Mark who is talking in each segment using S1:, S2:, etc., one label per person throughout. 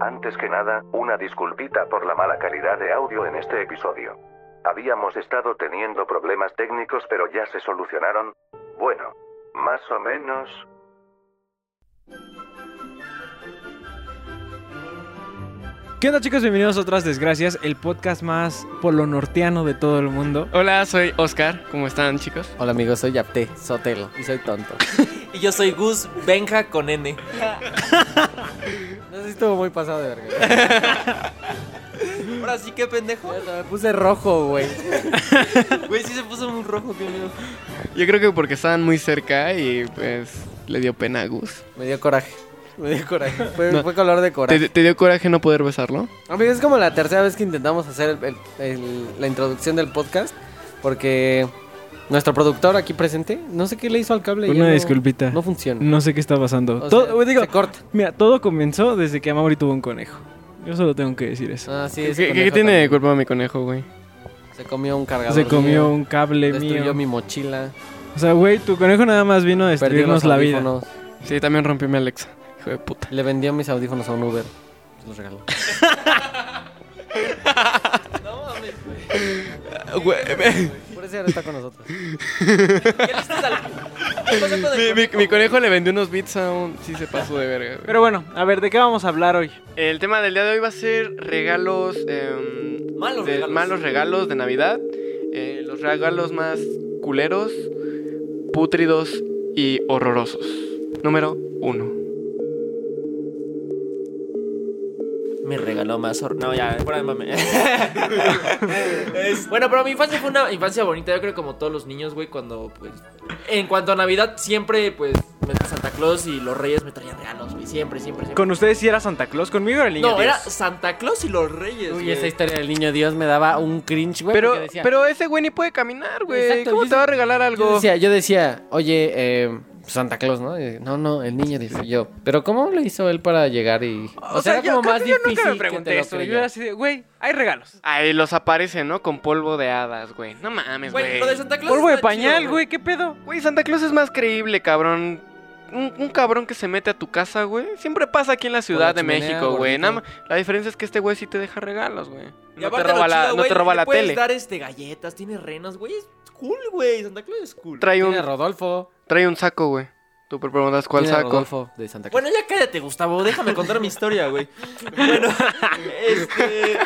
S1: Antes que nada, una disculpita por la mala calidad de audio en este episodio. Habíamos estado teniendo problemas técnicos pero ya se solucionaron. Bueno, más o menos.
S2: ¿Qué onda chicos? Bienvenidos a Otras Desgracias, el podcast más polonorteano de todo el mundo.
S3: Hola, soy Oscar. ¿Cómo están, chicos?
S4: Hola amigos, soy Yapté Sotelo y soy tonto.
S5: Y yo soy Gus Benja con N.
S4: No sé si estuvo muy pasado de verga.
S5: Ahora sí que pendejo.
S4: Me puse rojo, güey.
S5: Güey, sí se puso muy rojo, qué miedo.
S3: Yo creo que porque estaban muy cerca y pues le dio pena a Gus.
S4: Me dio coraje. Me dio coraje. Fue,
S3: No.
S4: fue color de coraje.
S3: ¿Te, te dio coraje no poder besarlo?
S4: Amigos, es como la tercera vez que intentamos hacer el- el- el- la introducción del podcast porque nuestro productor aquí presente, no sé qué le hizo al cable. ya
S2: Una
S4: no-
S2: disculpita.
S4: No
S2: No,
S4: funciona.
S2: sé qué está pasando.
S4: O
S2: todo,
S4: sea,
S2: güey, digo,
S4: se corta.
S2: mira, todo comenzó desde que Amaury tuvo un conejo. Yo solo tengo que decir eso.
S4: Ah, sí,
S3: ¿Qué,
S4: ese
S3: qué- qué
S4: conejo
S3: tiene de
S4: también.
S3: culpa mi conejo, güey?
S4: Se comió un cargador.
S2: Se comió
S4: Ah, mío,
S2: un cable mío.
S4: Destruyó mi mochila.
S2: O sea, güey, tu conejo nada más vino a
S4: Perdió los
S2: destruirnos la vida.
S4: audífonos.
S3: Sí, también rompió mi Alexa. Hijo de puta.
S4: Le vendió mis audífonos a un Uber. Los regaló.
S3: Ah,
S4: Por eso ahora está con nosotros.
S5: ¿Qué le estás al... ¿Qué pasó con
S3: mi,
S5: el
S3: mi- mi conejo le vendió unos beats a un... Sí, se pasó de verga, güey.
S2: Pero bueno, a ver, ¿de qué vamos a hablar hoy?
S3: El tema del día de hoy va a ser regalos... em,
S5: Malos
S3: de-
S5: regalos.
S3: malos regalos de Navidad. eh, los regalos más culeros, pútridos y horrorosos. Número uno.
S5: Me regaló más hor... No, ya, fuera de mame. Es- Bueno, pero mi infancia fue una infancia bonita. Yo creo que como todos los niños, güey, cuando, pues... En cuanto a Navidad, siempre, pues, me- Santa Claus y los reyes me traían regalos, güey. Siempre, siempre, siempre.
S2: Con ustedes sí era Santa Claus, conmigo era el niño
S5: No, era
S2: Dios.
S5: Santa Claus y los reyes,
S4: Uy,
S5: güey.
S4: esa historia del niño Dios me daba un cringe, güey.
S3: Pero,
S4: porque decía,
S3: pero ese güey ni puede caminar, güey.
S4: Exacto,
S3: ¿Cómo
S4: yo
S3: te
S4: sé-
S3: va a regalar
S4: yo
S3: algo?
S4: decía, yo decía, oye, eh, Santa Claus, ¿no? Y, no, no, el niño Dios. Y yo, pero ¿cómo le hizo él para llegar y.
S2: O, sea,
S4: era
S2: yo, creo que yo nunca me
S4: que te
S2: pregunté
S4: lo
S2: esto. Yo
S4: creyera.
S2: era así de, güey, hay regalos.
S3: Ahí los aparece, ¿no? Con polvo de hadas, güey. No mames,
S5: Güey,
S3: güey.
S5: lo de Santa Claus
S2: Polvo de
S5: está chido,
S2: pañal, güey, ¿qué pedo?
S3: Güey, Santa Claus es más creíble, cabrón. Un, un cabrón que se mete a tu casa, güey. Siempre pasa aquí en la Ciudad de
S4: chimenea,
S3: México, güey.
S4: gordito.
S3: Nada más- La diferencia es que este güey sí te deja regalos, güey.
S5: Y
S3: No te
S5: aparte lo
S3: roba la,
S5: chido,
S3: no
S5: güey,
S3: te roba
S5: le
S3: la
S5: puedes
S3: tele.
S5: dar este galletas, tiene renas, güey. Es cool, güey. Santa Claus es cool.
S3: Trae
S4: Tiene a
S3: un,
S4: Rodolfo.
S3: trae un saco, güey. Tú me preguntas cuál
S4: tiene a
S3: saco.
S4: Rodolfo de Santa Claus.
S5: Bueno, ya cállate, Gustavo. Déjame contar mi historia, güey. Bueno, este.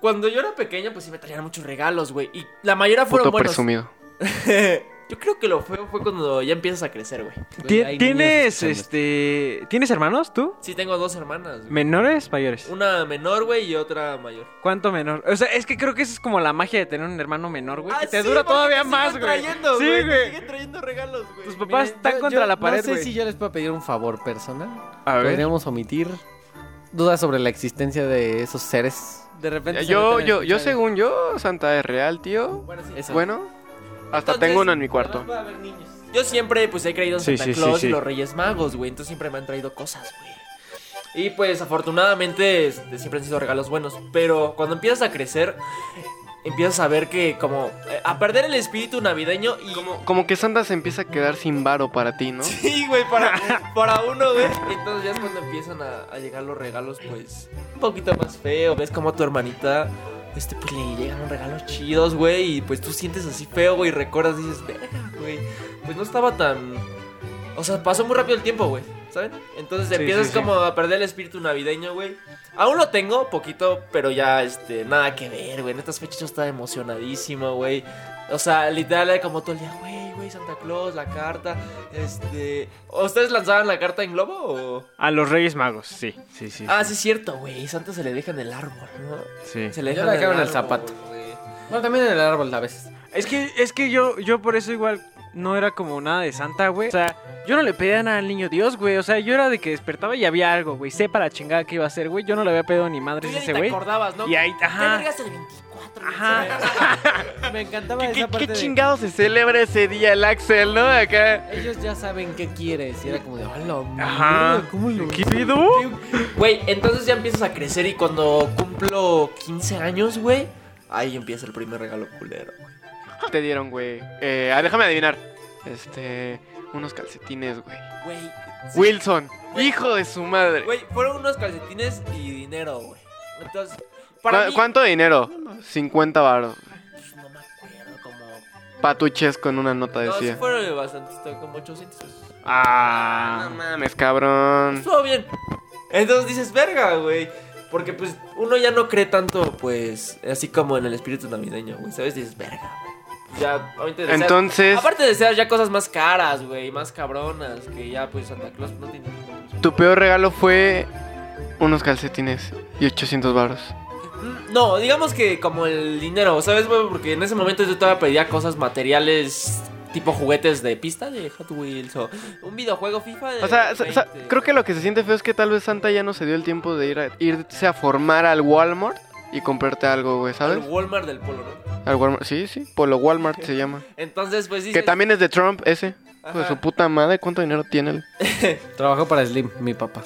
S5: Cuando yo era pequeño, pues sí me traían muchos regalos, güey. Y la mayoría fueron
S3: Puto
S5: buenos.
S3: presumido.
S5: yo creo que lo feo fue cuando ya empiezas a crecer, güey.
S2: Ti-
S4: Hay niños
S2: ¿Tienes,
S4: escuchando esto.
S2: este, ¿Tienes hermanos tú?
S5: Sí, tengo dos hermanas. güey.
S2: ¿Menores, mayores?
S5: Una menor, güey, y otra mayor.
S2: ¿Cuánto menor? O sea, es que creo que esa es como la magia de tener un hermano menor, güey.
S5: Ah,
S2: que te
S5: sí,
S2: dura
S5: porque
S2: todavía
S5: te
S2: más,
S5: siguen
S2: güey.
S5: trayendo,
S2: Sí,
S5: te
S2: güey.
S5: Siguen trayendo regalos, güey.
S2: Tus papás
S4: Miren,
S2: están
S4: yo-
S2: contra
S4: yo
S2: la pared,
S4: No sé
S2: güey.
S4: si yo les puedo pedir un favor personal.
S2: A ver.
S4: Podríamos omitir dudas sobre la existencia de esos seres. De repente. se
S3: Yo,
S4: meten
S3: yo,
S4: a
S3: yo
S4: escuchar y-
S3: según yo, Santa es real, tío.
S5: Bueno, sí.
S4: Eso.
S3: Bueno, hasta
S5: Entonces,
S3: tengo uno en mi cuarto.
S4: Va a haber niños.
S5: Yo siempre pues he creído en
S2: Sí,
S5: Santa
S2: sí, sí,
S5: Claus
S2: sí.
S5: y los Reyes Magos, güey. Entonces siempre me han traído cosas, güey. Y pues afortunadamente este, siempre han sido regalos buenos. Pero cuando empiezas a crecer, empiezas a ver que como... eh, a perder el espíritu navideño y... Como...
S3: Como que Santa se empieza a quedar sin varo para ti, ¿no?
S5: Sí, güey, para, para uno, güey. Entonces ya es cuando empiezan a, a llegar los regalos, pues, un poquito más feo. Ves como a tu hermanita, este, pues le llegaron regalos chidos, güey. Y pues tú sientes así feo, güey. y Recuerdas y dices, verga, güey. Pues no estaba tan. O sea, pasó muy rápido el tiempo, güey. ¿Saben? Entonces
S2: Sí,
S5: empiezas
S2: sí, sí.
S5: como a perder el espíritu navideño, güey. Aún lo tengo, poquito, pero ya, este, nada que ver, güey. En estas fechas yo estaba emocionadísimo, güey. O sea, literal era como todo el día, güey, güey, Santa Claus, la carta, este... ¿Ustedes lanzaban la carta en globo o...?
S2: A los Reyes Magos, sí. Sí, sí.
S5: Ah, sí es cierto, güey, Santa se le deja en el árbol, ¿no?
S2: sí.
S5: Se le
S4: Yo
S5: deja
S4: la dejaron en el
S5: árbol,
S4: zapato.
S5: güey.
S4: Bueno, también en el árbol a veces.
S2: Es que, es que yo, yo por eso igual no era como nada de santa, güey. O sea, yo no le pedía nada al niño Dios, güey. O sea, yo era de que despertaba y había algo, güey. Sepa la chingada que iba a hacer, güey. Yo no le había pedido ni
S5: Tú
S2: madres a
S5: ya
S2: ese
S5: ni te
S2: güey.
S5: acordabas, ¿no?
S2: Y ahí,
S5: Ya
S2: ajá.
S5: vergas el 24, güey.
S2: Ajá.
S4: Me encantaba
S3: ¿Qué,
S4: esa
S3: qué
S4: parte de-
S3: chingado se celebra ese día el Axel, no? Acá.
S4: Ellos ya saben qué quieres. Y era como de, hola,
S2: Ajá.
S4: ¿cómo lo
S2: ¿Qué pedo?
S5: Güey, entonces ya empiezas a crecer y cuando cumplo 15 años, güey, ahí empieza el primer regalo culero, güey.
S3: Te dieron, güey. Eh, ah, déjame adivinar. Este. Unos calcetines, güey.
S5: Güey,
S3: Wilson, hijo de su madre.
S5: Güey, fueron unos calcetines y dinero, güey. Entonces,
S3: ¿Cu-
S5: para mí...
S3: ¿Cuánto dinero? 50 baros.
S5: Pues, no me acuerdo, como...
S3: Patuches con una nota
S5: No, sí
S3: decía.
S5: fueron bastante, como 800 pesos.
S3: Ah, no mames, cabrón.
S5: Estuvo bien. Entonces dices, verga, güey. Porque pues uno ya no cree tanto, pues, así como en el espíritu navideño, güey. ¿Sabes? Dices, verga. güey". Ya, ahorita deseas-
S3: Entonces-
S5: Aparte deseas ya cosas más caras, güey, más cabronas, que ya pues Santa Claus no tiene...
S3: Tu peor regalo fue unos calcetines y 800 baros.
S5: Mm, No, digamos que como el dinero, ¿sabes, güey? Porque en ese momento yo todavía pedía cosas materiales tipo juguetes de pista de Hot Wheels o un videojuego FIFA de
S3: O sea, sa- sa-
S5: 20.
S3: creo que lo que se siente feo es que tal vez Santa ya no se dio el tiempo de ir a, irse a formar al Walmart y comprarte algo, güey, ¿sabes?
S5: El Walmart del Polo, ¿no?
S3: Al Walmart, sí, sí, Polo Walmart se llama.
S5: Entonces, pues dices...
S3: Que también es de Trump ese. Hijo de
S5: Ajá.
S3: su puta madre, ¿cuánto dinero tiene él?
S4: Trabajo para Slim, mi papá.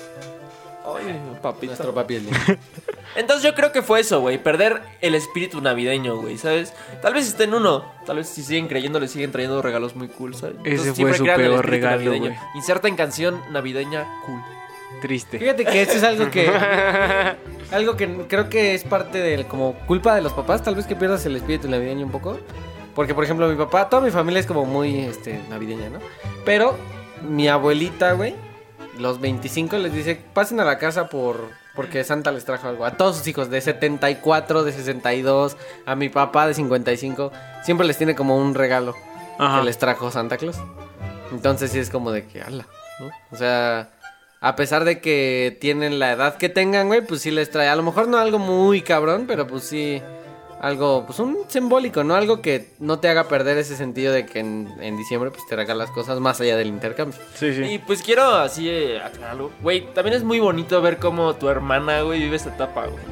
S5: Oye, papito.
S4: Nuestro papi Slim.
S5: Entonces yo creo que fue eso, güey. Perder el espíritu navideño, güey, ¿sabes? Tal vez esté en uno. Tal vez si siguen creyendo, le siguen trayendo regalos muy cool, ¿sabes?
S2: Ese fue
S5: siempre
S2: su
S5: crean el
S2: peor
S5: espíritu
S2: regalo,
S5: navideño.
S2: güey.
S5: Inserta en canción navideña cool.
S2: Triste.
S4: Fíjate que esto es algo que. algo que creo que es parte del. Como culpa de los papás, tal vez que pierdas el espíritu navideño un poco. Porque, por ejemplo, mi papá, toda mi familia es como muy este, navideña, ¿no? Pero mi abuelita, güey, los 25 les dice: pasen a la casa por. Porque Santa les trajo algo. A todos sus hijos de 74, de 62, a mi papá de 55. Siempre les tiene como un regalo
S2: Ajá.
S4: que les trajo Santa Claus. Entonces sí es como de que, ala, ¿no? O sea, a pesar de que tienen la edad que tengan, güey, pues sí les trae, a lo mejor no algo muy cabrón, pero pues sí algo, pues un simbólico, ¿no? Algo que no te haga perder ese sentido de que en, en diciembre pues te regalas cosas más allá del intercambio.
S2: Sí, sí.
S5: Y pues quiero así eh, aclararlo. Güey, también es muy bonito ver cómo tu hermana, güey, vive esta etapa, güey.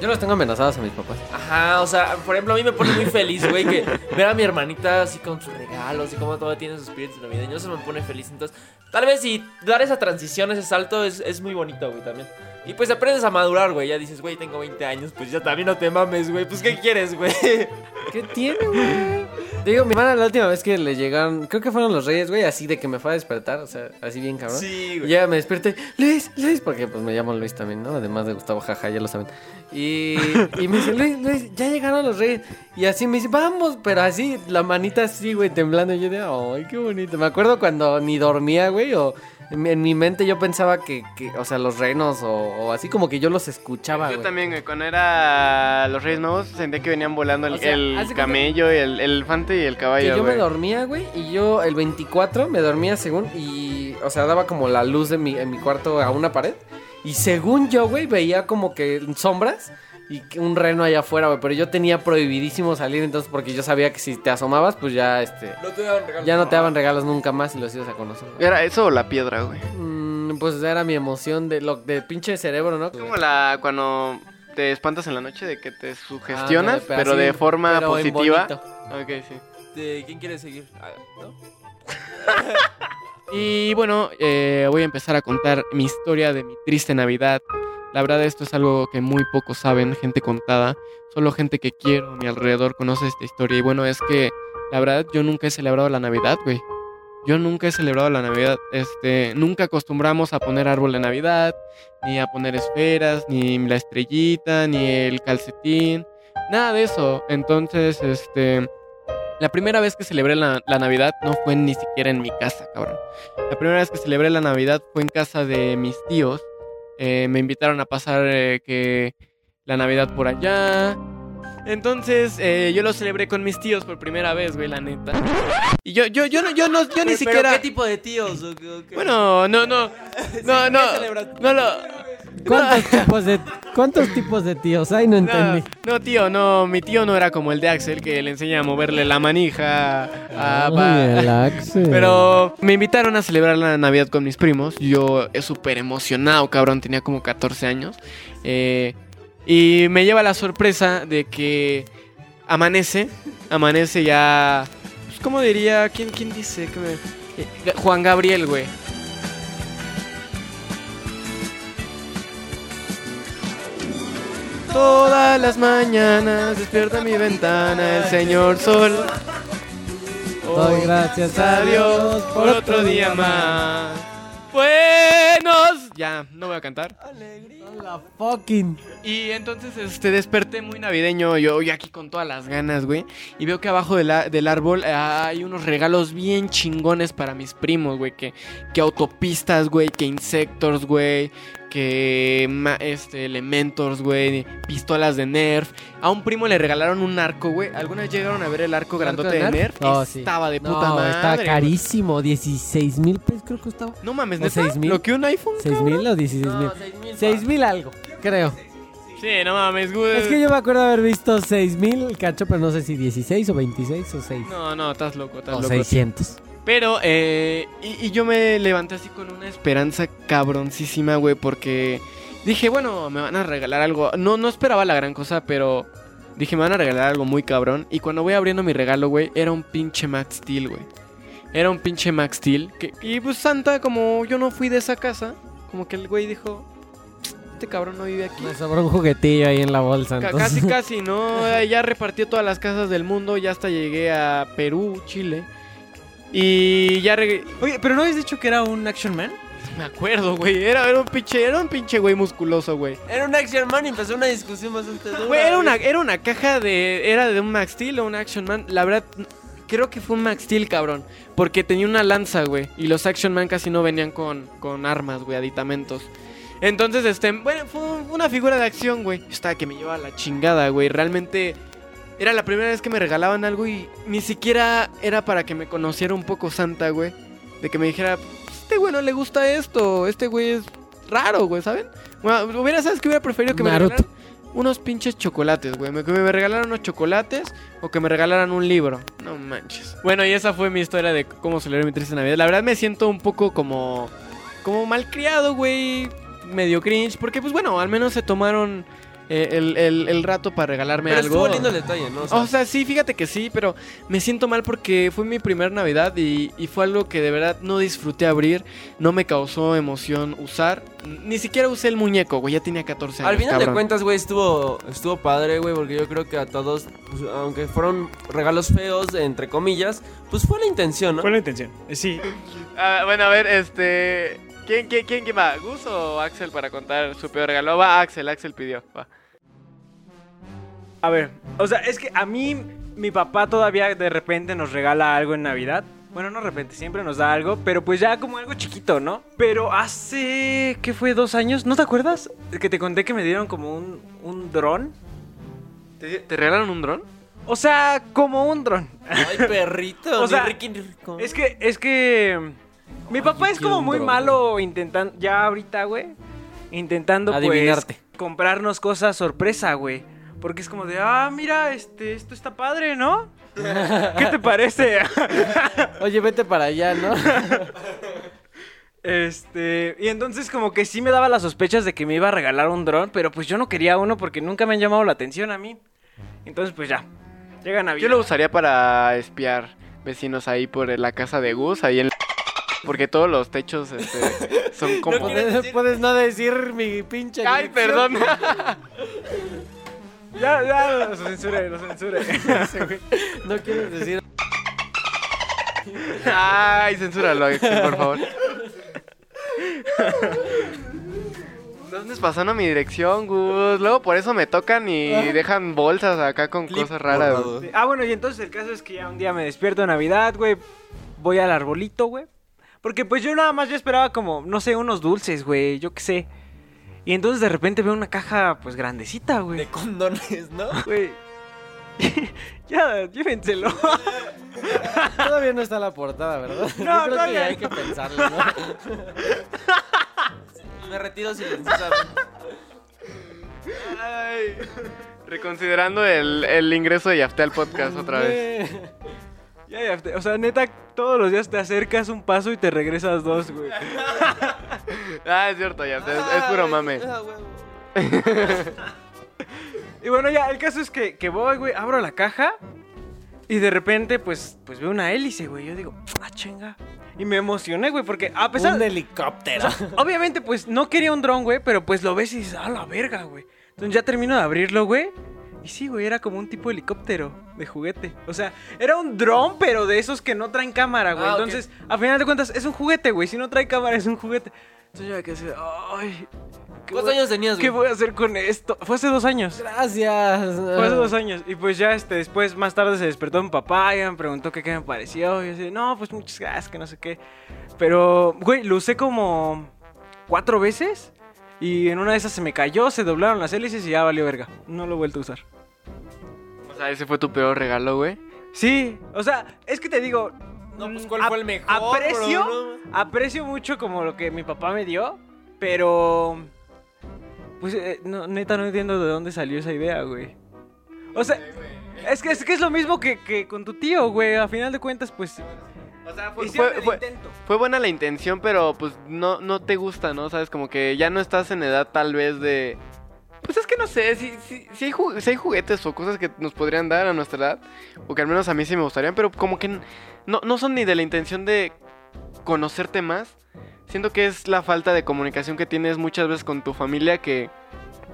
S4: Yo los tengo amenazados a mis papás.
S5: Ajá, o sea, por ejemplo, a mí me pone muy feliz, güey, que ver a mi hermanita así con sus regalos y cómo todo tiene sus espíritus navideños, eso me pone feliz. Entonces, tal vez si dar esa transición, ese salto, es, es muy bonito, güey, también. Y pues aprendes a madurar, güey, ya dices, güey, tengo 20 años, pues ya también no te mames, güey, pues ¿qué quieres, güey?
S4: ¿Qué tiene, güey? Digo, mi hermana la última vez que le llegaron, creo que fueron los reyes, güey, así de que me fue a despertar, o sea, así bien cabrón.
S5: Sí,
S4: Y
S5: güey.
S4: Ya me desperté, Luis, Luis, porque pues me llamo Luis también, ¿no? Además de Gustavo Jaja, ya lo saben. Y, y me dice, Luis, Luis, ya llegaron los reyes. Y así me dice, vamos, pero así, la manita así, güey, temblando. Y yo de, ay, qué bonito. Me acuerdo cuando ni dormía, güey, o en mi, en mi mente yo pensaba que, que, o sea, los renos, o, o así como que yo los escuchaba,
S3: Yo
S4: Ah, güey.
S3: también, güey, cuando era los Reyes Magos sentía que venían volando el,
S4: O sea,
S3: el
S4: haz de cuenta-
S3: camello, el, el elefante y el
S4: Que
S3: caballo,
S4: yo me
S3: güey.
S4: dormía, güey, y yo el 24 me dormía según, y, o sea, daba como la luz de mi, en mi cuarto a una pared, y según yo, güey, veía como que sombras y que un reno allá afuera, güey, pero yo tenía prohibidísimo salir entonces porque yo sabía que si te asomabas, pues ya, este,
S5: No te daban regalos.
S4: ya no te daban regalos nunca más y los ibas a conocer. güey.
S3: Era eso o la piedra, güey.
S4: Mm, pues era mi emoción de lo de pinche cerebro, ¿no?
S3: Es como la cuando te espantas en la noche de que te
S4: Ah,
S3: sugestionas,
S4: ándale,
S3: pero
S4: así,
S3: de forma
S4: pero en
S3: positiva.
S4: bonito.
S3: Ok, sí.
S5: Este, ¿Quién quiere seguir? Ah, ¿no?
S3: Y bueno, eh, voy a empezar a contar mi historia de mi triste Navidad. La verdad, esto es algo que muy pocos saben, gente contada. Solo gente que quiero a mi alrededor conoce esta historia. Y bueno, es que la verdad, yo nunca he celebrado la Navidad, güey. Yo nunca he celebrado la Navidad. Este, nunca acostumbramos a poner árbol de Navidad, ni a poner esferas, ni la estrellita, ni el calcetín. Nada de eso. Entonces, este. La primera vez que celebré la, la Navidad no fue ni siquiera en mi casa, cabrón. La primera vez que celebré la Navidad fue en casa de mis tíos. Eh, me invitaron a pasar eh, que la Navidad por allá. Entonces eh, yo lo celebré con mis tíos por primera vez, güey, la neta. Y yo, yo, yo no, yo no, yo ni
S5: Pero,
S3: siquiera.
S5: ¿Qué tipo de tíos? ¿O qué- o qué?
S3: Bueno, no, no. No, no.
S5: celebras?
S3: No lo.
S6: ¿Cuántos tipos de, cuántos tipos de tíos hay? No
S3: No,
S6: entendí.
S3: no, tío, no. Mi tío no era como el de Axel que le enseña a moverle la manija. a- pa-
S6: Relax. eh.
S3: Pero me invitaron a celebrar la Navidad con mis primos. Yo eh, súper emocionado, cabrón. Tenía como 14 años. Eh, y me lleva la sorpresa de que amanece. Amanece ya. Pues, ¿Cómo diría? ¿Quién, quién dice? que me- eh, Ga- Juan Gabriel, güey. Todas las mañanas despierta mi ventana el señor sol.
S6: Doy gracias a Dios por otro día más.
S3: buenos. Ya, no voy a cantar.
S6: La fucking.
S3: Y entonces este, desperté muy navideño, yo y aquí con todas las ganas, güey. Y veo que abajo del a- del árbol eh, hay unos regalos bien chingones para mis primos, güey. Que, que autopistas, güey, que insectos, güey. Que ma- este, elementos, güey. Pistolas de Nerf. A un primo le regalaron un arco, güey. ¿Algunas llegaron a ver el arco grandote de
S4: de
S3: Nerf?
S4: Nerf?
S6: No, Oh, sí.
S3: Estaba de
S6: No,
S3: puta madre.
S6: está
S3: güey.
S6: carísimo. 16 mil pesos creo que costaba.
S3: No mames,
S6: ¿O
S3: ¿neta?
S6: seis mil?
S3: ¿Lo que un iPhone?
S6: ¿6 mil o 16
S5: Ah,
S6: mil? 6 mil algo, creo.
S3: Sí, no mames, güey.
S6: Es que yo me acuerdo haber visto 6 mil cacho, pero no sé si 16 o 26 o 6.
S3: No, no, estás loco, estás
S6: o
S3: loco.
S6: 600.
S3: Pero, eh, y, y yo me levanté así con una esperanza cabroncísima, güey, porque dije, bueno, me van a regalar algo. No, no esperaba la gran cosa, pero dije, me van a regalar algo muy cabrón. Y cuando voy abriendo mi regalo, güey, era un pinche Max Steel, güey. Era un pinche Max Steel. que- y pues Santa, como yo no fui de esa casa, como que el güey dijo, este cabrón no vive aquí.
S6: Me sobró un juguetillo ahí en la bolsa.
S3: Ca-
S6: Entonces.
S3: Casi, casi, ¿no? Eh, Ya repartió todas las casas del mundo, ya hasta llegué a Perú, Chile. Y ya reg-
S2: Oye, pero no habías dicho que era un Action Man.
S3: Me acuerdo, güey. Era, era un pinche, era un pinche güey musculoso, güey.
S5: Era un Action Man y empezó una discusión bastante dura.
S3: Güey, era una, era una caja de. Era de un Max Steel o un Action Man. La verdad, creo que fue un Max Steel, cabrón. Porque tenía una lanza, güey. Y los Action Man casi no venían con, con armas, güey, aditamentos. Entonces, este. Bueno, fue un- una figura de acción, güey. Estaba que me llevaba la chingada, güey. Realmente. Era la primera vez que me regalaban algo y ni siquiera era para que me conociera un poco Santa, güey. De que me dijera, este güey no le gusta esto, este güey es raro, güey, ¿saben? Bueno, hubiera, ¿sabes qué hubiera preferido que me
S6: Naruto.
S3: regalaran? Unos pinches chocolates, güey. Me- Que me regalaran unos chocolates o que me regalaran un libro. No manches. Bueno, y esa fue mi historia de cómo celebrar mi triste Navidad. La verdad me siento un poco como. como malcriado, güey. Medio cringe. Porque, pues bueno, al menos se tomaron eh, el, el- el rato para regalarme
S5: Pero
S3: algo.
S5: estuvo lindo el detalle, ¿no? O sea,
S3: O sea, sí, fíjate que sí, pero me siento mal porque fue mi primer Navidad y, y fue algo que de verdad no disfruté abrir, no me causó emoción usar, ni siquiera usé el muñeco, güey, ya tenía 14 años.
S5: al final de
S3: cabrón.
S5: cuentas, güey, estuvo, estuvo padre, güey, porque yo creo que a todos, pues, aunque fueron regalos feos, entre comillas, pues fue la intención, ¿no?
S2: la intención. Eh, Sí.
S3: Ah, bueno, a ver, este... ¿Quién, quién, quién, quién va? ¿Gus o Axel para contar su peor regalo? Va, Axel, Axel pidió. va.
S2: A ver, o sea, es que a mí mi papá todavía de repente nos regala algo en Navidad. Bueno, no de repente, siempre nos da algo, pero pues ya como algo chiquito, ¿no? Pero hace, ¿qué fue? ¿Dos años? ¿No te acuerdas? Que te conté que me dieron como un, un dron.
S3: ¿Te, te regalaron un dron?
S2: O sea, como un dron.
S5: Ay, perrito.
S2: O
S5: mi
S2: sea,
S5: Ricky Rico.
S2: Es que, es que... mm, Mi papá es como
S5: un
S2: muy
S5: dron.
S2: malo intentando, ya ahorita, güey, intentando pues,
S4: Adivinarte.
S2: comprarnos cosas sorpresa, güey. Porque es como de, ah, mira, este, esto está padre, ¿no? ¿Qué te parece?
S4: Oye, vete para allá, ¿no?
S2: Este, y entonces como que sí me daba las sospechas de que me iba a regalar un dron, pero pues yo no quería uno porque nunca me han llamado la atención a mí. Entonces pues ya, llega Navidad.
S3: Yo lo usaría para espiar vecinos ahí por la casa de Gus, ahí en... la- Porque todos los techos este, son como...
S4: ¿Puedes, puedes no decir mi pinche.
S3: Ay,
S4: dirección?
S3: perdón.
S2: Ya, ya, lo censuré, lo censuré.
S4: No quieres decir.
S3: Ay, censúralo, Axel, por favor. No andes pasando mi dirección, Gus. Luego por eso me tocan y dejan bolsas acá con
S5: Clip
S3: cosas raras.
S5: borrado.
S2: Sí. Ah, bueno, y entonces el caso es que ya un día me despierto de Navidad, güey. Voy al arbolito, güey. Porque pues yo nada más yo esperaba como, no sé, unos dulces, güey, yo qué sé. Y entonces de repente veo una caja pues grandecita, güey.
S5: De condones, ¿no?
S2: Güey. ya, llévenselo.
S4: Todavía no está la portada, ¿verdad? Yo creo que
S2: todavía
S4: ya hay que pensarlo, ¿no?
S5: Me retiro silenciosamente.
S3: Ay. Reconsiderando el, el ingreso de Yafte al podcast otra vez.
S2: Ya, ya, te- o sea, neta, todos los días te acercas un paso y te regresas dos, güey.
S3: Ah, es cierto, Yafte. Es, es puro mame.
S5: Ah, güey.
S2: Y bueno, ya, el caso es que, que voy, güey, abro la caja y de repente, pues, pues veo una hélice, güey. Yo digo, ah, chinga. Y me emocioné, güey, porque a pesar...
S4: Un helicóptero.
S2: Obviamente, pues, no quería un dron, güey, pero pues lo ves y dices, ah, la verga, güey. Entonces ya termino de abrirlo, güey. Y sí, güey, era como un tipo de helicóptero de juguete. O sea, era un dron, pero de esos que no traen cámara, güey.
S5: Ah, ok.
S2: Entonces, a final de cuentas, es un juguete, güey. Si no trae cámara, es un juguete. Entonces yo me quedé así, de, ay. ¿qué
S5: ¿Cuántos
S2: voy-
S5: años tenías,
S2: ¿Qué
S5: güey?
S2: voy a hacer con esto? Fue hace dos años.
S4: Gracias.
S2: Fue
S5: Ah.
S2: hace dos años. Y pues ya este, después, más tarde se despertó mi papá y me preguntó que qué me pareció. Y yo así, no, pues muchas gracias, que no sé qué. Pero, güey, lo usé como cuatro veces. Y en una de esas se me cayó, se doblaron las hélices y ya valió verga. No lo he vuelto a usar.
S3: O sea, ese fue tu peor regalo, güey.
S2: Sí, o sea, es que te digo.
S5: No, pues
S2: mm,
S5: cuál
S2: ap-
S5: fue el mejor.
S2: Aprecio,
S5: bro? No.
S2: aprecio mucho como lo que mi papá me dio, pero. Pues eh, no, neta, no entiendo de dónde salió esa idea, güey. O sea, es que es, que es lo mismo que, que con tu tío, güey. A final de cuentas, pues.
S3: O sea,
S2: hicieron el intento.
S3: Fue buena la intención, pero pues no, no te gusta, ¿no? Sabes, como que ya no estás en edad tal vez de... Pues es que no sé, si, si, si hay, ju- si hay juguetes o cosas que nos podrían dar a nuestra edad, o que al menos a mí sí me gustarían, pero como que n- no, no son ni de la intención de conocerte más. Siento que es la falta de comunicación que tienes muchas veces con tu familia que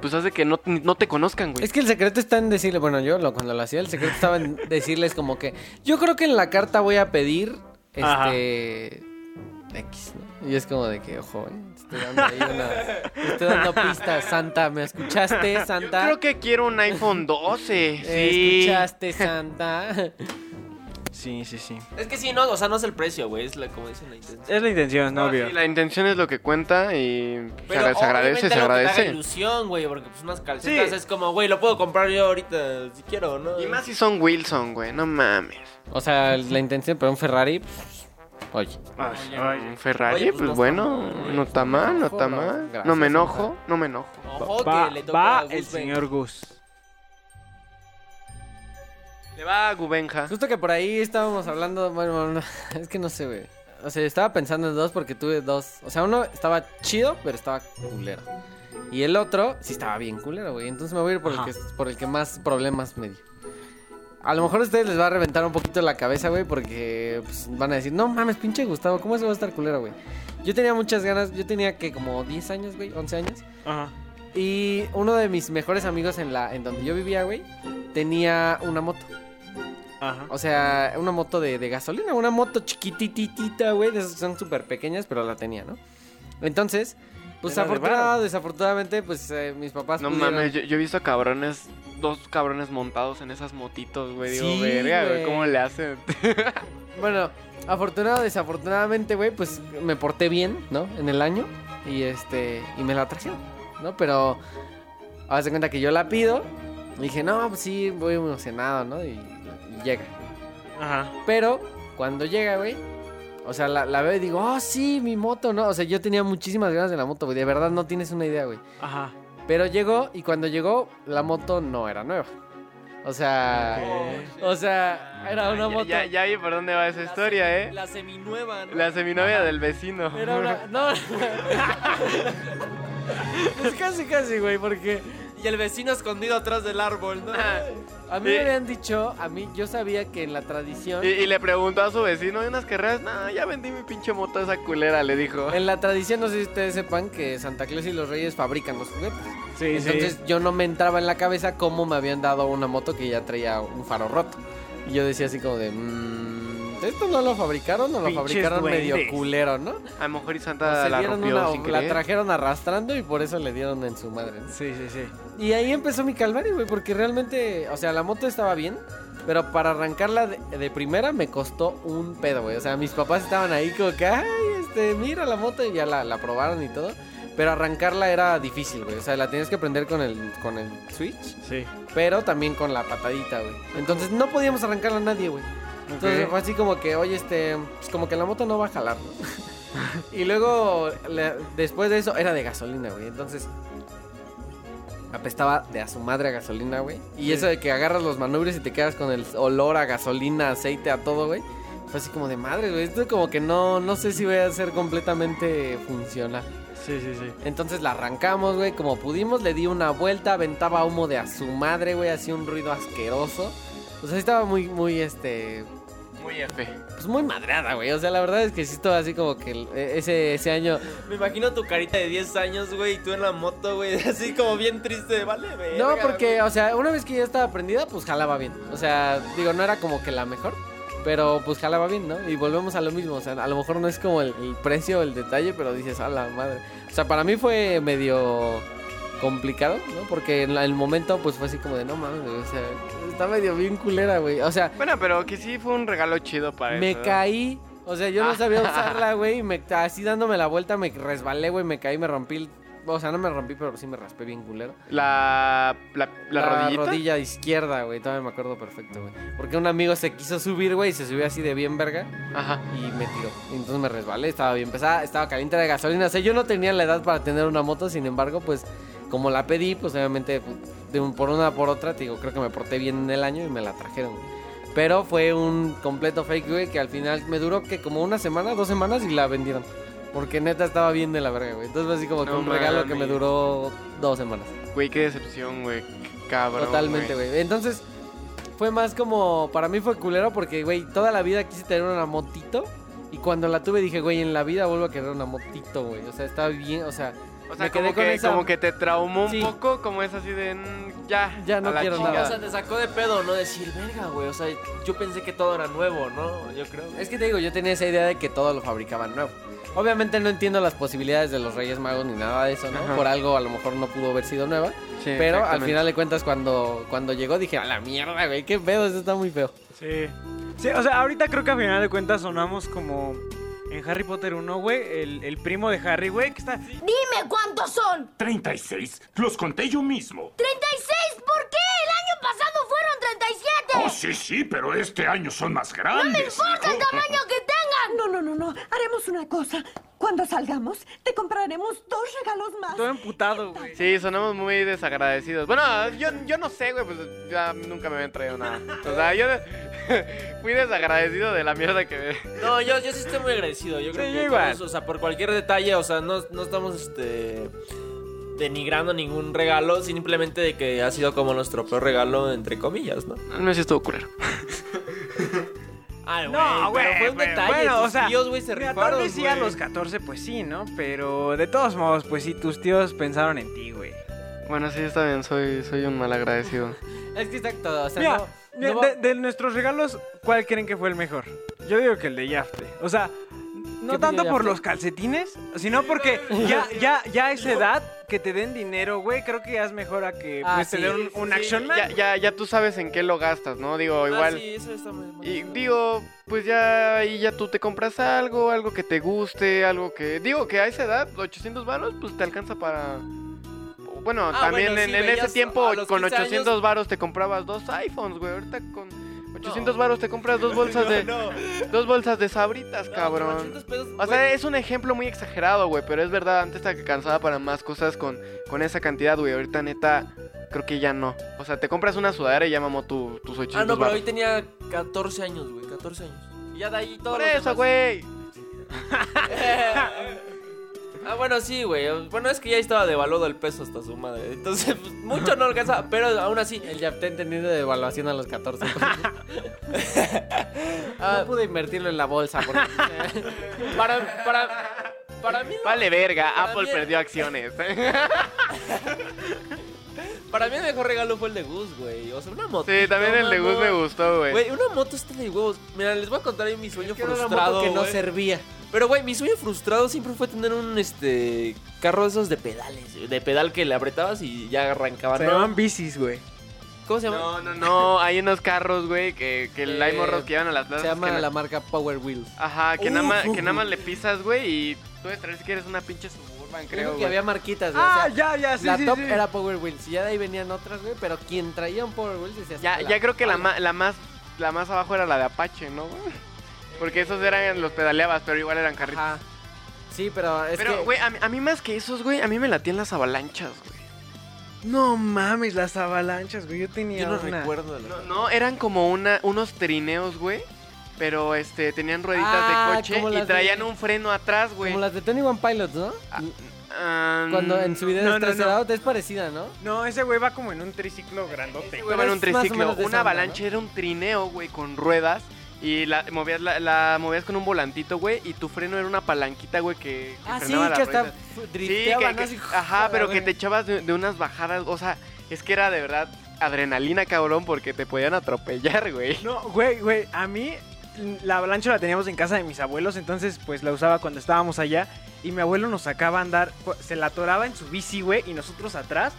S3: pues hace que no, t- no te conozcan, güey.
S4: Es que el secreto está en decirle, bueno, yo lo- cuando lo hacía, el secreto estaba en decirles como que, yo creo que en la carta voy a pedir,
S2: Ajá.
S4: este, X, ¿no? Y es como de que, ojo, eh, te estoy dando ahí una, te estoy dando pistas, Santa, ¿me escuchaste, Santa?
S3: Creo que quiero un iPhone 12.
S4: Eh,
S3: sí.
S4: ¿Escuchaste, Santa?
S2: Sí, sí, sí.
S5: Es que sí, no, o sea, no es el precio, güey. Es la, como dicen la intención.
S2: Es la intención, no,
S3: No,
S2: obvio.
S3: sí, la intención es lo que cuenta y se agra- se,
S5: obviamente
S3: agradece, se
S5: algo que te haga
S3: agradece.
S5: ilusión, güey, porque pues unas calcetas
S2: Sí.
S5: es como, güey, lo puedo comprar yo ahorita si quiero, ¿no?
S3: Y más si son Wilson, güey, no mames.
S4: O sea, la intención, pero un Ferrari, pues, oye.
S3: Un Ferrari,
S5: Oye, pues,
S3: pues, bueno,
S5: no está mal, güey.
S3: no está mal, no está
S4: No,
S3: mal.
S4: gracias,
S3: no me
S4: no
S3: enojo, no me enojo.
S5: Ojo
S2: Va,
S5: que le toca
S2: va
S5: a Gus
S2: el
S5: Ben.
S2: señor Gus.
S3: Le va a Gubenja.
S4: Justo que por ahí estábamos hablando, bueno, bueno, es que no sé, güey. O sea, estaba pensando en dos porque tuve dos. O sea, uno estaba chido, pero estaba culero. Y el otro sí estaba bien culero, güey. Entonces me voy a ir por, el
S2: Ajá.
S4: que, por el que más problemas me dio. A lo mejor a ustedes les va a reventar un poquito la cabeza, güey, porque pues, van a decir, no mames, pinche Gustavo, ¿cómo eso va a estar culero, güey? Yo tenía muchas ganas, yo tenía que como 10 años, güey, 11 años.
S2: Ajá.
S4: Y uno de mis mejores amigos en la en donde yo vivía, güey, tenía una moto.
S2: Ajá.
S4: O sea, una moto de, de gasolina, una moto chiquititita, güey, de esas que son súper pequeñas, pero la tenía, ¿no? Entonces, pues
S2: Era de
S4: afortunada,
S2: varo.
S4: desafortunadamente, pues eh, mis papás
S3: No
S4: pudieron-
S3: mames, yo, yo he visto cabrones, dos cabrones montados en esas motitos, güey. Digo,
S4: Sí,
S3: verga, güey,
S4: güey.
S3: ¿cómo le hacen?
S4: Bueno, afortunado, desafortunadamente, güey, pues me porté bien, ¿no? En el año y este y me la trajeron, ¿no? Pero haz de cuenta que yo la pido y dije, "No, pues sí, voy emocionado, ¿no?" Y- y llega.
S2: Ajá.
S4: Pero cuando llega, güey, o sea, la, la veo y digo, oh, sí, mi moto, ¿no? O sea, yo tenía muchísimas ganas de la moto, güey. De verdad no tienes una idea, güey.
S2: Ajá.
S4: Pero llegó y cuando llegó, la moto no era nueva. O
S5: Oh,
S4: sea, o sea, era una
S3: Ya-
S4: moto.
S3: Ya, ya vi por dónde va esa historia, ¿eh?
S5: La seminueva, ¿no?
S3: La seminovia del vecino.
S4: Era una. No. pues casi, casi, güey, porque
S5: Y el vecino escondido atrás del árbol, ¿no?
S2: Ah.
S4: a mí
S3: Sí.
S4: me habían dicho, a mí, yo sabía que en la tradición.
S3: Y, y le preguntó a su vecino, ¿hay unas carreras? No, ya vendí mi pinche moto a esa culera, le dijo.
S4: En la tradición, no sé si ustedes sepan que Santa Claus y los Reyes fabrican los juguetes.
S2: Sí,
S4: Entonces
S2: sí.
S4: yo no me entraba en la cabeza cómo me habían dado una moto que ya traía un faro roto. Y yo decía así como de... "Mm, ¿Esto no lo fabricaron o lo
S2: Pinches
S4: fabricaron medio
S2: duendes".
S4: culero, no?
S3: A lo mejor y
S4: O
S3: Santa
S4: se
S3: la
S4: dieron
S3: rompió
S4: una-
S3: sin
S4: la
S3: querer.
S4: trajeron arrastrando y por eso le dieron en su madre. ¿no?
S2: Sí, sí, sí.
S4: Y ahí empezó mi calvario, güey, porque realmente, o sea, la moto estaba bien, pero para arrancarla de, de primera me costó un pedo, güey. O sea, mis papás estaban ahí como que, ay, este, mira la moto y ya la, la probaron y todo. Pero arrancarla era difícil, güey. O sea, la tenías que prender con el, con el switch.
S2: Sí.
S4: pero también con la patadita, güey. Entonces no podíamos arrancarla a nadie, güey. Entonces fue así como que, oye, este, pues como que la moto no va a jalar, ¿no? y luego, la- después de eso, era de gasolina, güey. Entonces, apestaba de a su madre a gasolina, güey. Y eso de que agarras los manubrios y te quedas con el olor a gasolina, aceite, a todo, güey. Fue así como de madre, güey. Esto como que no, no sé si voy a ser completamente funcional.
S2: Sí, sí, sí.
S4: Entonces la arrancamos, güey, como pudimos, le di una vuelta, aventaba humo de a su madre, güey, hacía un ruido asqueroso. O sea, sí estaba muy, muy, este,
S3: Muy F.
S4: pues muy madreada, güey. O sea, la verdad es que sí todo así como que el- e- ese, ese año.
S5: Me imagino tu carita de 10 años, güey, y tú en la moto, güey, así como bien triste, vale, güey.
S4: No, porque, o sea, una vez que ya estaba aprendida, pues jalaba bien. O sea, digo, no era como que la mejor, pero pues jalaba bien, ¿no? Y volvemos a lo mismo. O sea, a lo mejor no es como el, el precio, el detalle, pero dices, a la madre. O sea, para mí fue medio complicado, ¿no? Porque en la- el momento, pues fue así como de, no mames, güey, o sea, está medio bien culera, güey. O sea,
S3: Bueno, pero que sí fue un regalo chido para
S4: me
S3: Ah, eso.
S4: caí. O sea, yo no sabía usarla, güey. y me- Así dándome la vuelta, me resbalé, güey. Me caí, me rompí. el- O sea, no me rompí, pero sí me raspé bien culero.
S3: La, la, la, rodillita.
S4: rodilla izquierda, güey. Todavía me acuerdo perfecto, güey. Porque un amigo se quiso subir, güey, y se subió así de bien verga
S3: Ajá.
S4: y me tiró. Y Entonces me resbalé, estaba bien pesada, estaba caliente de gasolina. O sea, yo no tenía la edad para tener una moto, sin embargo, pues como la pedí, pues obviamente pu- de un- por una por otra, te digo, creo que me porté bien en el año y me la trajeron. güey. Pero fue un completo fake, güey, que al final me duró que como una semana, dos semanas y la vendieron. Porque neta estaba bien de la verga, güey. Entonces fue así como que
S3: No
S4: un regalo que me
S3: mames.
S4: duró dos semanas.
S3: Güey, qué decepción, güey. Qué Cabrón.
S4: Totalmente, güey. Entonces, fue más como. Para mí fue culero porque, güey, toda la vida quise tener una motito. Y cuando la tuve dije, güey, en la vida vuelvo a querer una motito, güey. O sea, está bien, o sea,
S3: O sea,
S4: Me quedé
S3: como
S4: con
S3: que,
S4: esa-
S3: como que te traumó un
S4: Sí.
S3: poco, como es así de. mm, ya.
S4: Ya no
S3: a la
S4: quiero
S3: chingada.
S4: nada.
S5: O sea, te sacó de pedo, ¿no? Decir, verga, güey, o sea, yo pensé que todo era nuevo, ¿no? Yo creo.
S4: es que te digo, yo tenía esa idea de que todo lo fabricaban nuevo. Obviamente no entiendo las posibilidades de los Reyes Magos ni nada de eso, ¿no?
S3: Ajá.
S4: Por algo a lo mejor no pudo haber sido nueva.
S3: Sí,
S4: Pero al
S3: exactamente.
S4: final de cuentas, cuando, cuando llegó, dije, a la mierda, güey, qué pedo, eso está muy feo.
S2: Sí. Sí, o sea, ahorita creo que al final de cuentas sonamos como en Harry Potter 1, güey. El, el primo de Harry, güey, que está.
S7: Dime cuántos son.
S8: 36. Los conté yo
S7: ¡36!
S8: mismo.
S7: ¿Por qué? El año pasado fueron 37.
S8: Oh, sí, sí, pero este año son más grandes.
S7: importa el
S8: hijo.
S7: tamaño que tengan!
S9: No, no, no, no. Haremos una cosa. Cuando salgamos, te compraremos dos regalos más.
S2: Todo emputado, güey.
S3: Sí, sonamos muy desagradecidos. Bueno, yo, yo no sé, güey, pues ya nunca me habían traído nada. O sea, yo fui desagradecido de la mierda que...
S5: No, yo, yo sí estoy muy agradecido. Yo creo
S2: Sí,
S5: que
S2: yo igual.
S5: todos, o sea, por cualquier detalle, o sea, no, no estamos este denigrando ningún regalo, simplemente de que ha sido como nuestro peor regalo, entre comillas, ¿no?
S3: No sé si estuvo culero.
S5: Ay,
S2: No, güey.
S5: Ah, pero fue un
S2: güey,
S5: detalle.
S2: Bueno,
S5: tus
S2: o sea.
S5: tíos, güey, se
S2: mira, tal
S5: rifaron,
S2: vez sí a
S5: güey.
S2: los 14, pues sí, ¿no? Pero de todos modos, pues sí, tus tíos pensaron en ti, güey.
S3: Bueno, sí, está bien, soy, soy un mal agradecido.
S4: Es que exacto, o sea,
S2: Mira,
S4: no-
S2: de,
S4: no va-
S2: de- de nuestros regalos, ¿cuál creen que fue el mejor? Yo digo que el de Yafte. O sea, no
S4: ¿Qué
S2: tanto
S4: pidió
S2: por
S4: Yafte?
S2: los calcetines, sino porque ya, ya, ya a esa edad que te den dinero, güey, creo que ya es mejor a que
S4: Ah,
S2: pues,
S4: sí,
S2: te den un, un action man.
S3: Ya, ya, ya tú sabes en qué lo gastas, ¿no? Digo, igual...
S5: Ah, sí, eso está muy- muy
S3: Y
S5: bien.
S3: digo, pues ya ahí ya tú te compras algo, algo que te guste, algo que... Digo que a esa edad, 800 varos, pues te alcanza para... Bueno,
S5: Ah,
S3: también
S5: bueno,
S3: en,
S5: sí,
S3: en
S5: güey, ya
S3: ese
S5: so-
S3: tiempo
S5: a los
S3: con
S5: 15 años-
S3: 800 varos te comprabas dos iPhones, güey. Ahorita con 800 varos te compras dos bolsas de
S5: No,
S3: dos bolsas de sabritas,
S5: no, con
S3: cabrón.
S5: 800 pesos,
S3: O
S5: güey.
S3: sea, es un ejemplo muy exagerado, güey, pero es verdad, antes te alcanzaba para más cosas con, con esa cantidad, güey. Ahorita neta creo que ya no. O sea, te compras una sudadera y ya mamó tu, tus 800
S5: Ah, no, pero
S3: varos.
S5: hoy tenía 14 años, güey, 14 años. Y ya de ahí todo
S3: Por eso, güey.
S5: Ah, bueno, sí, güey. Bueno, es que ya estaba devaluado el peso hasta su madre. Entonces, pues, mucho no alcanza, pero aún así.
S4: El Yapté entendido de evaluación a los 14.
S5: Ah.
S4: no pude invertirlo en la bolsa. Porque...
S5: Para, para, para mí, no-
S3: Vale verga,
S5: Para
S3: Apple
S5: mí-
S3: perdió acciones.
S5: para mí el mejor regalo fue el de Gus, güey. O sea, una moto.
S3: sí, también el de Gus me gustó, güey.
S5: Güey, una moto está de huevos. Mira, les voy a contar ahí mi sueño
S4: Era una
S5: frustrado.
S4: moto que no
S5: güey.
S4: servía.
S5: Pero, güey, mi sueño frustrado siempre fue tener un este carro de esos de pedales. güey, De pedal que le apretabas y ya arrancaba.
S2: Se
S5: ¿no?
S2: llaman bicis, güey.
S5: ¿Cómo se llama?
S3: No, no, no, hay unos carros, güey, que, que
S4: Eh,
S3: hay morros que llevan a las plazas.
S4: Se llama
S3: que na-
S4: la marca Power Wheels.
S3: Ajá, que nada
S5: Uf,
S3: más, que
S5: güey.
S3: nada más le pisas, güey, y tú de traer si quieres una pinche suburban, creo,
S4: Creo
S3: güey.
S4: que había marquitas, güey.
S2: Ah,
S4: o sea,
S2: ya, ya, sí,
S4: la
S2: sí,
S4: top
S2: sí.
S4: era Power Wheels. Y ya de ahí venían otras, güey. Pero quien traía un Power Wheels decía.
S3: Ya, ya creo que la, ma- la más la más abajo era la de Apache, ¿no, güey? Porque esos eran los pedaleabas, pero igual eran carritos.
S4: Ajá. Sí, pero es
S3: pero,
S4: que.
S3: güey, a, mí- a mí más que esos, güey, a mí me latían las avalanchas, güey.
S2: No mames, las avalanchas, güey. Yo tenía una.
S5: la
S3: No, no, eran como una, unos trineos, güey. Pero este, tenían rueditas
S4: Ah,
S3: de coche
S4: como
S3: y
S4: las
S3: traían
S4: de-
S3: un freno atrás, güey.
S4: Como las de Tony One Pilots, ¿no?
S3: Ah,
S4: Cuando en su video
S2: No,
S4: no,
S2: no, no.
S4: es parecida, ¿no?
S2: No, ese güey va como en un triciclo grandote.
S3: Ese güey va en un
S4: Pero es más o
S3: triciclo.
S4: menos de
S3: Una
S4: esa onda,
S3: avalancha era un trineo, güey, con ruedas. Y la movías, la, la movías con un volantito, güey, y tu freno era una palanquita, güey, Ah, que, que
S4: Así
S3: frenaba la
S4: Ah, que hasta
S3: rueda.
S4: fu-
S3: Sí,
S4: drifteaba,
S3: que-
S4: ¿no?
S3: que-
S4: Así,
S3: ajá, pero que te
S4: güey.
S3: echabas de, de unas bajadas, o sea, es que era de verdad adrenalina, cabrón, porque te podían atropellar, güey.
S2: No, güey, güey, a mí la avalancha la teníamos en casa de mis abuelos, entonces pues la usaba cuando estábamos allá y mi abuelo nos sacaba a andar, pu- se la atoraba en su bici, güey, y nosotros atrás.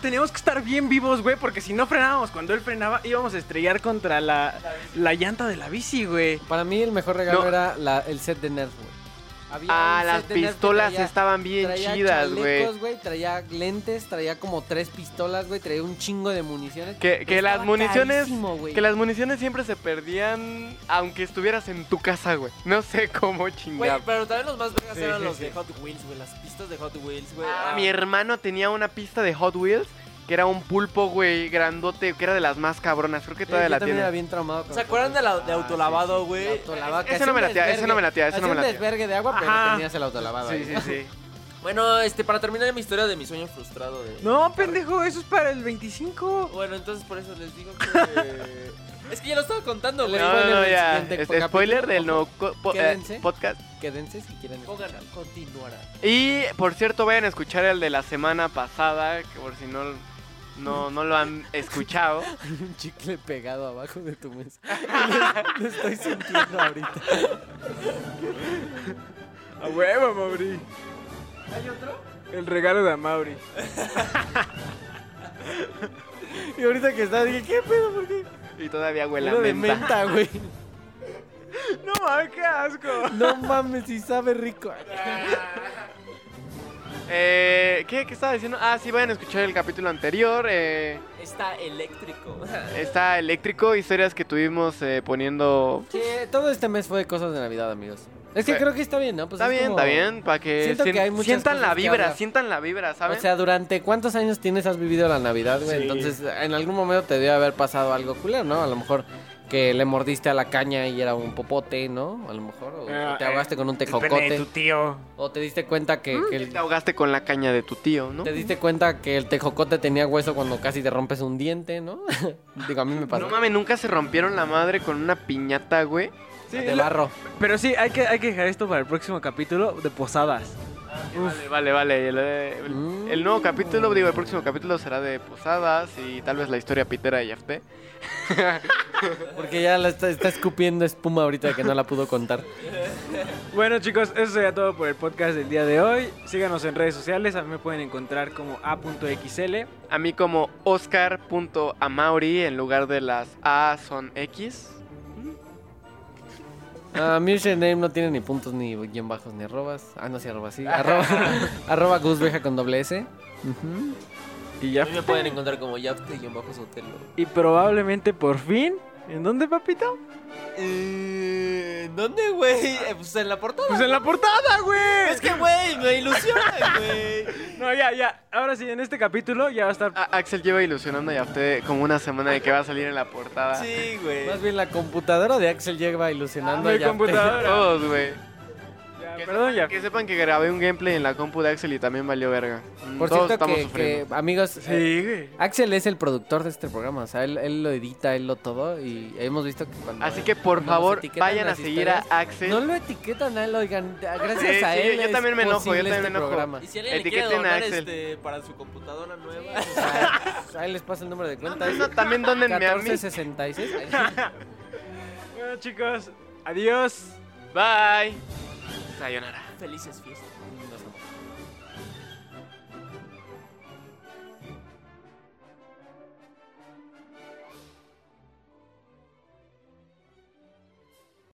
S2: Teníamos que estar bien vivos, güey, porque si no frenábamos cuando él frenaba, íbamos a estrellar contra la, la llanta de la bici, güey.
S4: Para mí el mejor regalo
S3: No.
S4: era la- el set de Nerf, güey. Había
S3: Ah,
S4: un
S3: las
S4: set de Nerf que
S3: pistolas
S4: traía-
S3: estaban bien
S4: traía
S3: chidas, güey.
S4: chalecos, güey. Traía lentes, traía como tres pistolas, güey. Traía un chingo de municiones.
S3: Que, que
S4: Pero
S3: las
S4: estaba
S3: municiones
S4: carísimo, güey.
S3: que las municiones siempre se perdían aunque estuvieras en tu casa, güey. No sé cómo
S5: Güey,
S3: chingar.
S5: pero también los más vergas
S2: Sí,
S5: eran
S2: sí,
S5: los
S2: sí.
S5: de Hot Wheels, güey. Las pistas de Hot Wheels, güey.
S3: Ah,
S5: Ah,
S3: mi hermano tenía una pista de Hot Wheels que era un pulpo, güey, grandote, que era de las más cabronas. Creo que
S4: Sí,
S3: todavía
S4: Eh, yo
S3: la
S4: también
S3: tiene.
S4: era bien traumado. con
S5: ¿Se acuerdan de,
S3: Ah,
S5: la, de autolavado, güey?
S4: el autolavado, que
S3: eh, Ese
S4: hacía
S3: no
S4: un
S3: me latía, ese no me
S4: desvergue.
S3: latía, ese no
S4: Hacía
S3: me
S4: un
S3: latía.
S4: desvergue de agua, pero
S2: Ajá.
S4: tenías el autolavado. eh.
S3: Sí,
S4: ahí.
S3: sí, sí.
S5: Bueno, este, para terminar mi historia de mi sueño frustrado de...
S2: No, pendejo, eso es para el 25.
S5: Bueno, entonces por eso les digo que... es que ya lo estaba contando,
S3: No,
S5: güey.
S3: no,
S4: spoiler
S3: no,
S4: del
S3: ya. este-
S4: siguiente
S3: Es-
S4: capítulo,
S3: spoiler del
S4: ojo.
S3: nuevo co- po- eh,
S4: Quédense.
S3: podcast.
S4: Quédense si quieren
S5: Pongan,
S4: escucharlo.
S5: continuará.
S3: Y por cierto, vayan a escuchar el de la semana pasada, que por si no, no, no lo han escuchado.
S4: Hay un chicle pegado abajo de tu mesa. Lo- Lo estoy sintiendo ahorita.
S2: A huevo, Mauri. ¿Hay otro? El regalo de Mauri.
S4: Y ahorita que está, dije, ¿qué pedo? ¿Por qué?
S3: Y todavía huele a
S4: Uno de
S3: menta.
S4: menta, güey.
S2: No, mames, qué asco.
S4: No mames, si sabe rico.
S3: Eh, ¿qué, ¿Qué estaba diciendo? Ah, sí, vayan a escuchar el capítulo anterior. eh,
S5: Está eléctrico.
S3: está eléctrico, historias que tuvimos eh, poniendo...
S4: Sí, todo este mes fue de cosas de Navidad, amigos. Es que
S3: Sí.
S4: creo que está bien, ¿no? Pues
S3: está
S4: es
S3: bien,
S4: como-
S3: está bien, para que,
S4: Siento que
S3: sien-
S4: hay muchas
S3: sientan la
S4: cosas que
S3: vibra,
S4: hablar.
S3: sientan la vibra, ¿saben?
S4: O sea, ¿durante cuántos años tienes has vivido la Navidad, güey?
S2: Sí.
S4: Entonces, en algún momento te debió haber pasado algo culero, ¿no? A lo mejor que le mordiste a la caña y era un popote, ¿no? A lo mejor. O
S2: Ah,
S4: te
S2: eh,
S4: ahogaste con un
S2: El pene de
S4: tejocote.
S2: tu Mm. tío.
S4: O te diste cuenta que, que el-
S3: te ahogaste con la caña de tu tío, ¿no?
S4: te diste cuenta que el tejocote tenía hueso cuando casi te rompes un diente, ¿no? Digo, a mí me pasó.
S3: No mames, nunca se rompieron la madre con una piñata, güey.
S2: Sí,
S4: de
S2: lo-
S4: barro.
S2: Pero sí, hay que, hay que dejar esto para el próximo capítulo de Posadas.
S3: Vale, vale, vale. El, eh, el- el nuevo capítulo, digo, el próximo capítulo será de posadas y tal vez la historia pitera de Yafté.
S4: Porque ya la está, está escupiendo espuma ahorita que no la pudo contar.
S2: Bueno chicos, eso sería todo por el podcast del día de hoy. Síganos en redes sociales, a mí me pueden encontrar como a.xl.
S3: A mí como Oscar.amauri en lugar de las A son X.
S4: Ah, mi username no tiene ni puntos, ni guión bajos, ni arrobas. Ah, no, sí, arrobas, sí. Arroba, arroba guzbeja con doble S. Ujú. Y ya.
S5: A mí me pueden encontrar como Yapte y en Bajo Sotelo.
S2: Y probablemente por fin... ¿En dónde, papito?
S5: Eh, ¿Dónde, güey? Eh, pues en la portada.
S2: Ah. Pues en la portada,
S5: Es
S2: güey.
S5: que, güey, me ilusiona, güey.
S2: No, ya, ya. Ahora sí, en este capítulo ya va a estar...
S3: A- Axel lleva ilusionando a Yafté como una semana de que va a salir en la portada.
S5: Sí, güey.
S4: Más bien la computadora de Axel llega ilusionando.
S2: Ah, mi
S4: a Yapte.
S2: computadora.
S3: Todos, güey.
S2: Ya,
S3: Que
S2: perdón, ya.
S3: sepan- Que sepan que grabé un gameplay en la compu de Axel y también valió verga. Mm,
S4: Por
S3: Todos
S4: cierto,
S3: estamos
S4: que, que,
S3: sufriendo.
S4: amigos, eh,
S2: Sí, güey.
S4: Axel es el productor de este programa. O sea, él, él lo edita, él lo todo. Y hemos visto que cuando.
S3: Así que por
S4: cuando
S3: favor,
S4: nos etiquetan
S3: vayan a
S4: las
S3: seguir a
S4: historias,
S3: Axel.
S4: No lo etiquetan a él, oigan. Gracias
S3: Sí,
S4: a
S3: sí,
S4: él.
S3: yo
S4: es
S3: también me enojo, yo
S4: posible
S3: también
S4: este
S3: me enojo.
S4: programa.
S5: Y si alguien le quiere
S3: Etiqueten a
S5: donar
S3: Axel.
S5: este, para su computadora nueva.
S4: O sea, A él les pasa el número de cuenta.
S3: Eso también donenme a mí.
S4: 1466.
S2: Bueno chicos, adiós.
S3: Bye. Sayonara.
S5: Felices fiestas.
S4: Ay, sí.